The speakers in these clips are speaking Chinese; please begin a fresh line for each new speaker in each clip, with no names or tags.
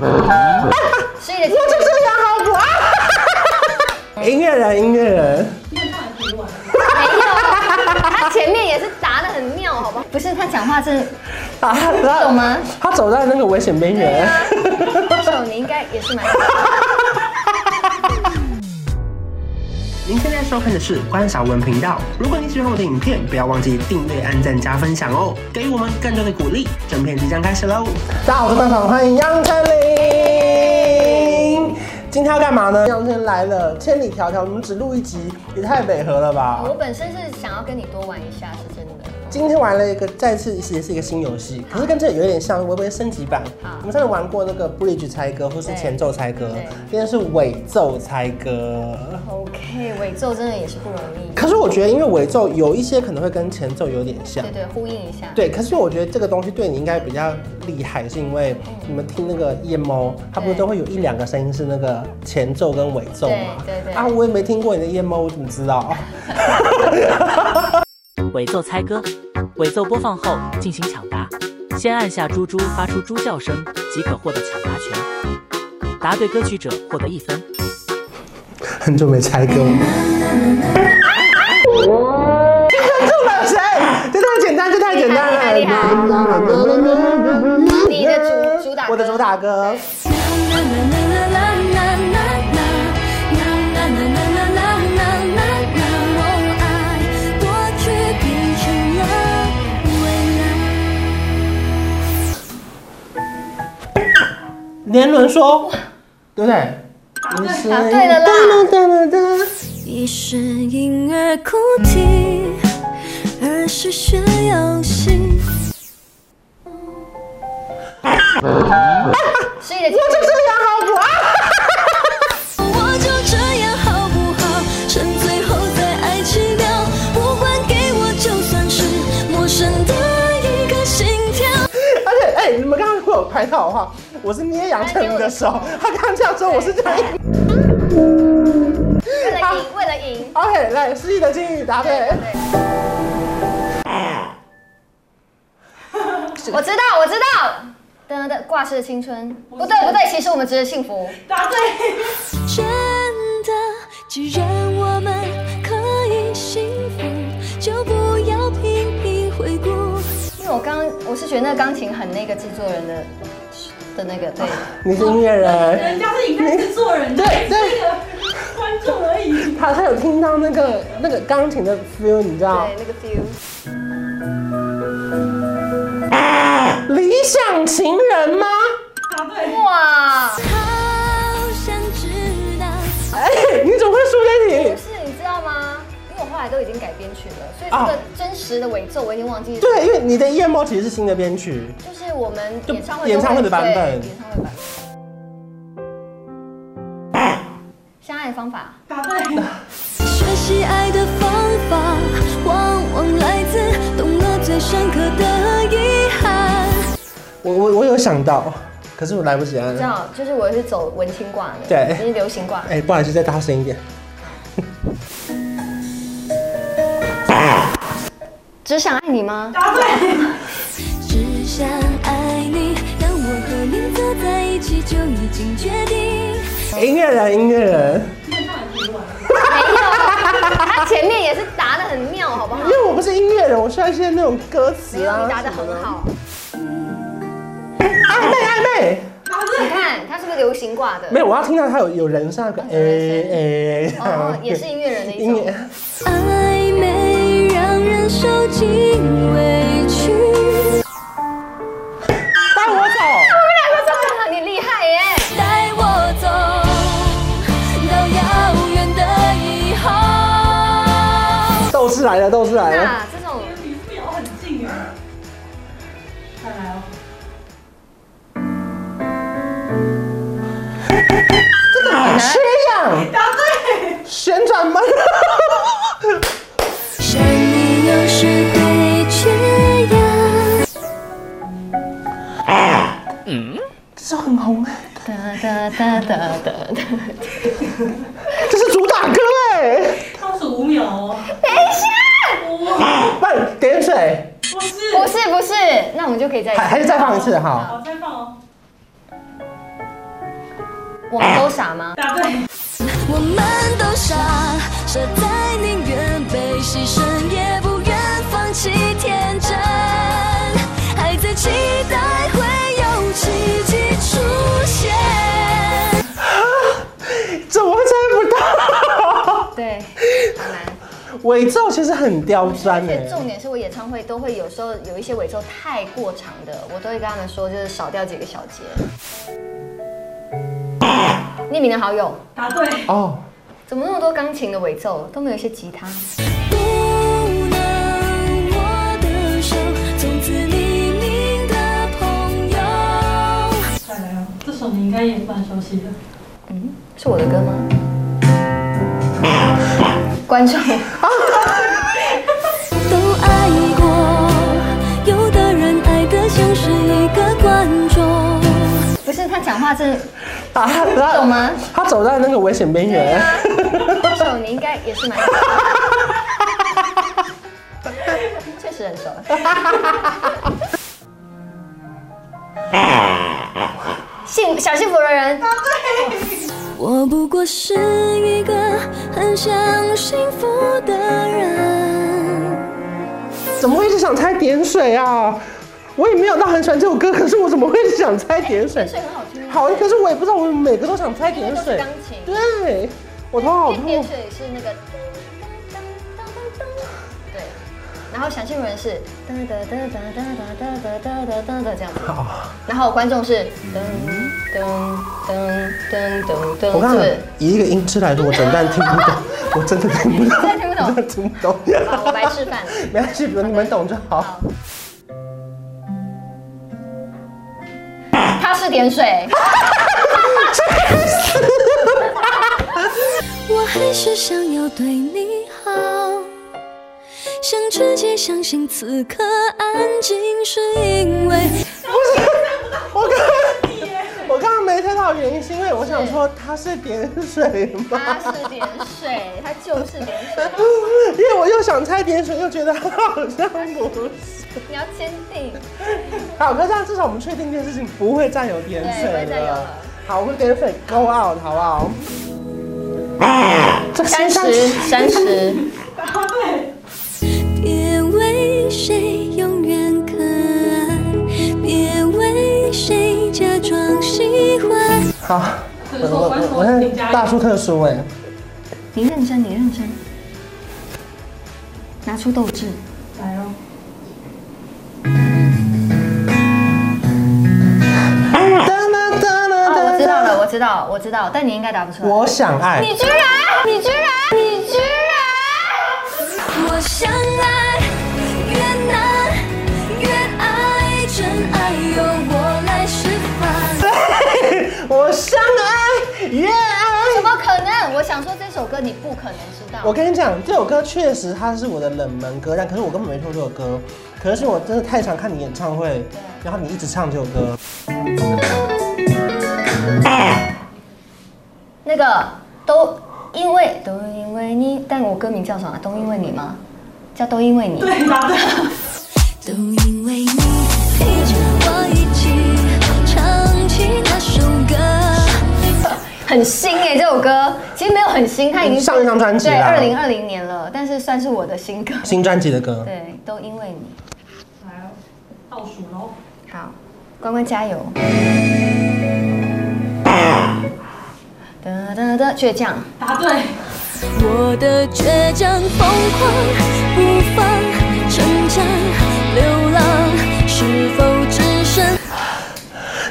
所以的
我就是梁海谷啊！音乐人，音乐人，
没有，他前面也是答的很妙，好不好？不是他讲话真的，
啊，他
懂吗？
他走在那个危险边
对
缘
啊。这首你应该也是蛮。
您现在收看的是关少文频道。如果你喜欢我的影片，不要忘记订阅、按赞、加分享哦，给予我们更多的鼓励。整片即将开始喽！大家好，我是关少文，欢迎杨丞琳。今天要干嘛呢？杨丞琳来了，千里迢迢，我们只录一集，也太违和了吧
我？本身是想要跟你多玩一下，是真的。
今天玩了一个，再次也是一个新游戏，可是跟这个有点像，微微升级版
好。
我们上次玩过那个 bridge 猜歌，或是
对
前奏猜歌
对，
今天是尾奏猜歌。
OK，尾奏真的也是不容易。
可是我觉得，因为尾奏有一些可能会跟前奏有点像
对。对，呼应一下。
对，可是我觉得这个东西对你应该比较厉害，是因为你们听那个夜猫，它不是
对
都会有一两个声音是那个前奏跟尾奏吗？
对对对
啊，我也没听过你的夜猫，我怎么知道？
尾奏猜歌，尾奏播放后进行抢答，先按下猪猪发出猪叫声即可获得抢答权，答对歌曲者获得一分。
很久没猜歌了。这么谁？这这么简单，这太简单了。
厉害厉你的主主打歌
我的主打歌
对。
年轮说，对不对？
答对了啦
哒哒哒哒
一是婴儿哭啼，二是学游戏。
所以的我就是
我就这样好不好？趁最后再爱奇妙，不管给我就算是陌生的一个心跳。
而且，哎、你们刚刚会有拍到的话，我是捏杨丞琳的手，他刚刚这样说，我是这样一。
为了赢，为了赢。
OK，来，失忆的金鱼答对。
我知道，我知道。噔噔，挂失的青春，不对不对，其实我们值得幸福。
真的，既然我们可以幸福，就不要频频回顾。
因为我刚我是觉得那个钢琴很那个制作人的的那 个，对，
你是音乐人，
人家是影片制作人，
对
对
对
这个观众而已。
他他有听到那个那个钢琴的 feel，你知道？
对那个 feel。
理想情人吗？
答对，
哇，
好想知道，
哎、你怎么会输
不
给你？
是你知道吗？因为我后来都已经改编曲了，所以这
哦
个真实的尾奏我已经忘记，
对，因为你的夜猫其实是新的编曲，
就是我们
就
演唱会
演
都
唱
会
会的版
对
本
演唱会版本。相爱的方法，
答对，
学习爱的方法，往往来自懂了最深刻的遗憾。
我我我有想到，可是我来不及啊
知
按。
道，就是我是走文青挂的，
对
就是流行挂。
哎、不好意思，再大声一点。
只想爱你吗？
答对，
只想爱你，让我和你走在一起就已经决定。
音乐人，音乐人，
没有，他前面也是答的很妙，好不好
因？为我不是音乐人，我需要一些那种歌词
没有，
啊。
你答的很好。
什么的。暧昧，暧昧。
答
你
对，
看，他是不是流行挂的？
没有，我要听到他有有人上个哎哎，这样
哦，也是音乐人的一
音
种
乐。。
暧昧让人受尽委屈，
带我走，
你厉害耶！
带我走到遥远的以后。
斗志来了，斗志来了。
那这种
离表很近哎。再来哦，
缺氧，
答对，
啊旋转门。
想你有时会缺氧，
这首很红哎，
哒哒哒哒哒哒，
这是主打歌哎。
倒数五秒哦。等一下，
慢，点水，
不是，啊
不是不是，那我们就可以再
还还是再放一次哈。
好，再放哦。
我们都傻 吗？
答对。
我们都傻，傻在宁愿被牺牲，也不愿放弃天真，还在期待会有奇迹出现。
怎么猜不到？
对，好难。
伪造其实很刁钻
而
哎、
且重点是我演唱会都会有时候有一些尾奏太过长的，我都会跟他们说，就是少掉几个小节。匿名的好友，
答对。
哦，
怎么那么多钢琴的尾奏都没有一些吉他？
不能握的手，从此黎明的朋友。
帅来哦，这首你应该也蛮熟悉的。
嗯，是我的歌吗？ 观众，
都爱过，有的人爱的像是一个观众。
不是他讲话是
啊，他
懂吗？
他走在那个危险边缘。
这首你应该也是 蛮熟的，确实很熟。幸小幸福的人，
我不过是一个很想幸福的人。
怎么会一直想猜点水啊？我也没有到很喜欢这首歌，可是我怎么会一直想猜点水？
点水很好听啊
好，可是我也不知道，我每个都想猜点
因为都是
水
钢琴。
对，我头好
变变
痛。
水是那个噔噔噔噔噔噔，对，然后小幸福人是哒哒哒哒哒哒哒哒哒哒哒这样子，
好，
然后观众是噔噔噔噔噔
嗯我
噔，
刚
是不
刚
是？
以一个音痴来说，我整段听不懂， 我真的听不懂，
真的听不懂
真的听不懂。
好，我白吃饭了。
没关系，你们你们懂就好
好。它是点水，
我还是想要对你好，想直接相信此刻安静，是因为
我刚刚我刚刚没猜到原因，是因为我想说它是点水吗？
它是点水，它就是点水。
因为我又想猜点水，又觉得好像不是。
你要坚定，
好，可是这样至少我们确定一件事情，不会再有点水
对不会再有
了
了。
好，我们点水 go out 好不好？这
三十，三十，
答对。
别为谁永远可爱，别为谁假装喜欢。
好，
所以
我
说观
我
众
我是
请加油
大叔特殊哎，
你认真，你认真，拿出斗志。
来哦。
哒啦哒啦
哦，我
哒啦
知道了，我知道，我知道，但你应该答不出来。
我想爱
你居然，你居然，你居然，
我想爱，越难越爱，真爱由我来释 放。
我相爱，越爱。
怎么可能？我想说这首歌你不可能知道。
我跟你讲，这首歌确实它是我的冷门歌，但可是我根本没听过这首歌。可是我真的太常看你演唱会，然后你一直唱这首歌。
那个都因为都因为你，但我歌名叫什么？都因为你吗？叫都因为你。
对，答对。
都因为你陪着我一起唱起那首歌，
很新哎、这首歌其实没有很新，它已经是
上一张专辑啦
对，二零二零年了，但是算是我的新歌。
新专辑的 歌，
对，都因为你。
来哦，倒数喽。
好，关关加油。哒哒哒，倔强。
答对。
我的倔强疯狂不放，成长流浪，是否只剩？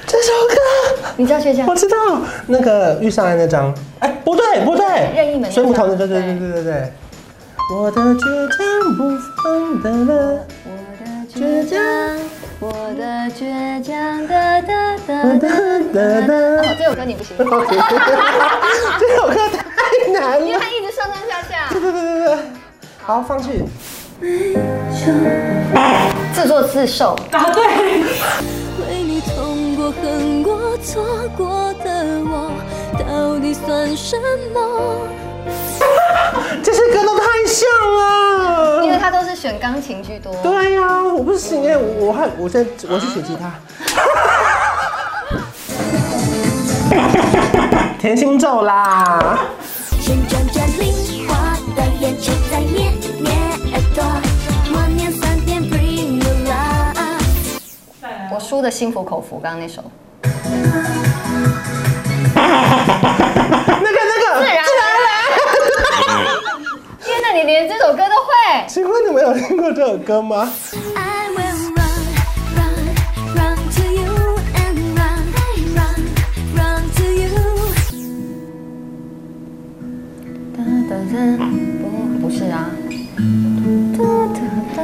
这首歌
你知道倔强
我？知道，那个遇上爱那张，哎，不对不对，
任意门那张
水母头的，对对对
对
对对对。我的倔强不放的了，
我的倔强，我的倔强，哒哒哒
哒
哒。
哒
哦，
哒。
这首歌你不行，
这首歌太难
因为
了，
它一直上上下下。
对对对对对。好，放弃。
自作自受，
答对。
为你痛过、恨过、错过的我，到底算什么？
这些歌都太像了。
因为他都是选钢琴居多。
对呀、我不行哎、我我还我现在我去学吉他。甜心咒啦！
旋转着灵活的眼球在捏捏耳朵，默念三遍 Bring You Love。
我输的心服口服，刚刚那首。
那个那个，
自然而然。天哪，你连这首歌都会？
请问你们有听过这首歌吗？
I will run, run, run to you and run, run, run to you.
哒哒哒，不不是啊。哒哒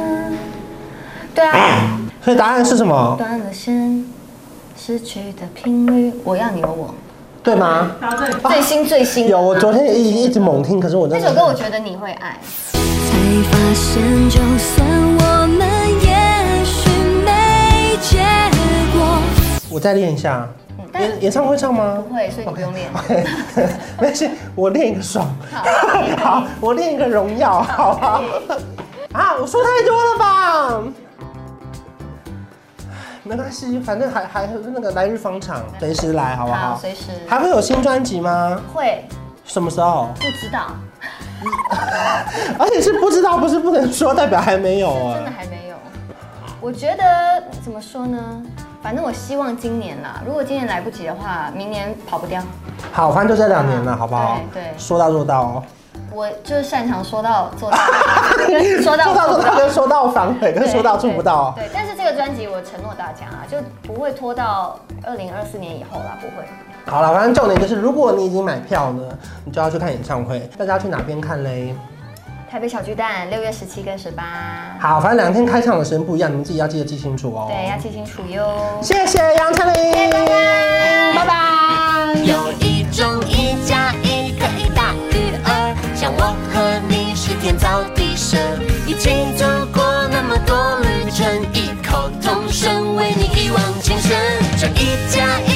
哒，对啊，
所以答案是什么？
断了线，失去的频率，我要你有我，
对吗？
答对。
最新最新的
有，我
啊
昨天也一一直猛听，可是我真
这
的
首歌我觉得你会爱，
才发现，就算我们也许没结果，
我再练一下。
但
演演唱会唱吗？
不会，所以你不用练。
没事，我练一个爽。
好
好，我练一个荣耀，好不好？ 啊，我说太多了吧？没关系，反正还还那个来日方长，随时来，好不好？
好随时
还会有新专辑吗？
会
什么时 候？
不知道，
而且是不知道，不是不能说，代表还没有
真的
啊。
还没有。我觉得怎么说呢？反正我希望今年啦，如果今年来不及的话，明年跑不掉。
好，反正就这两年了，好不好？
对对
说到做到哦。
我就是擅长说到做 到，跟说到
说到
做
做
不
到
到。
跟说到反悔跟
对
说到做不到。
对，对但是这个专辑我承诺大家啊，就不会拖到二零二四年以后啦，不会。
好了，反正重点就是，如果你已经买票呢，你就要去看演唱会。大家去哪边看嘞？
台北小巨蛋六月十七跟十八，
好，反正两天开场的时间不一样，你们自己要记得记清楚哦。
对，要记清楚哟。
谢谢杨丞琳，拜拜。
有一种一加一可以大于二，像我和你是天造地设，一起走过那么多旅程，异口同声为你一往情深。这一加一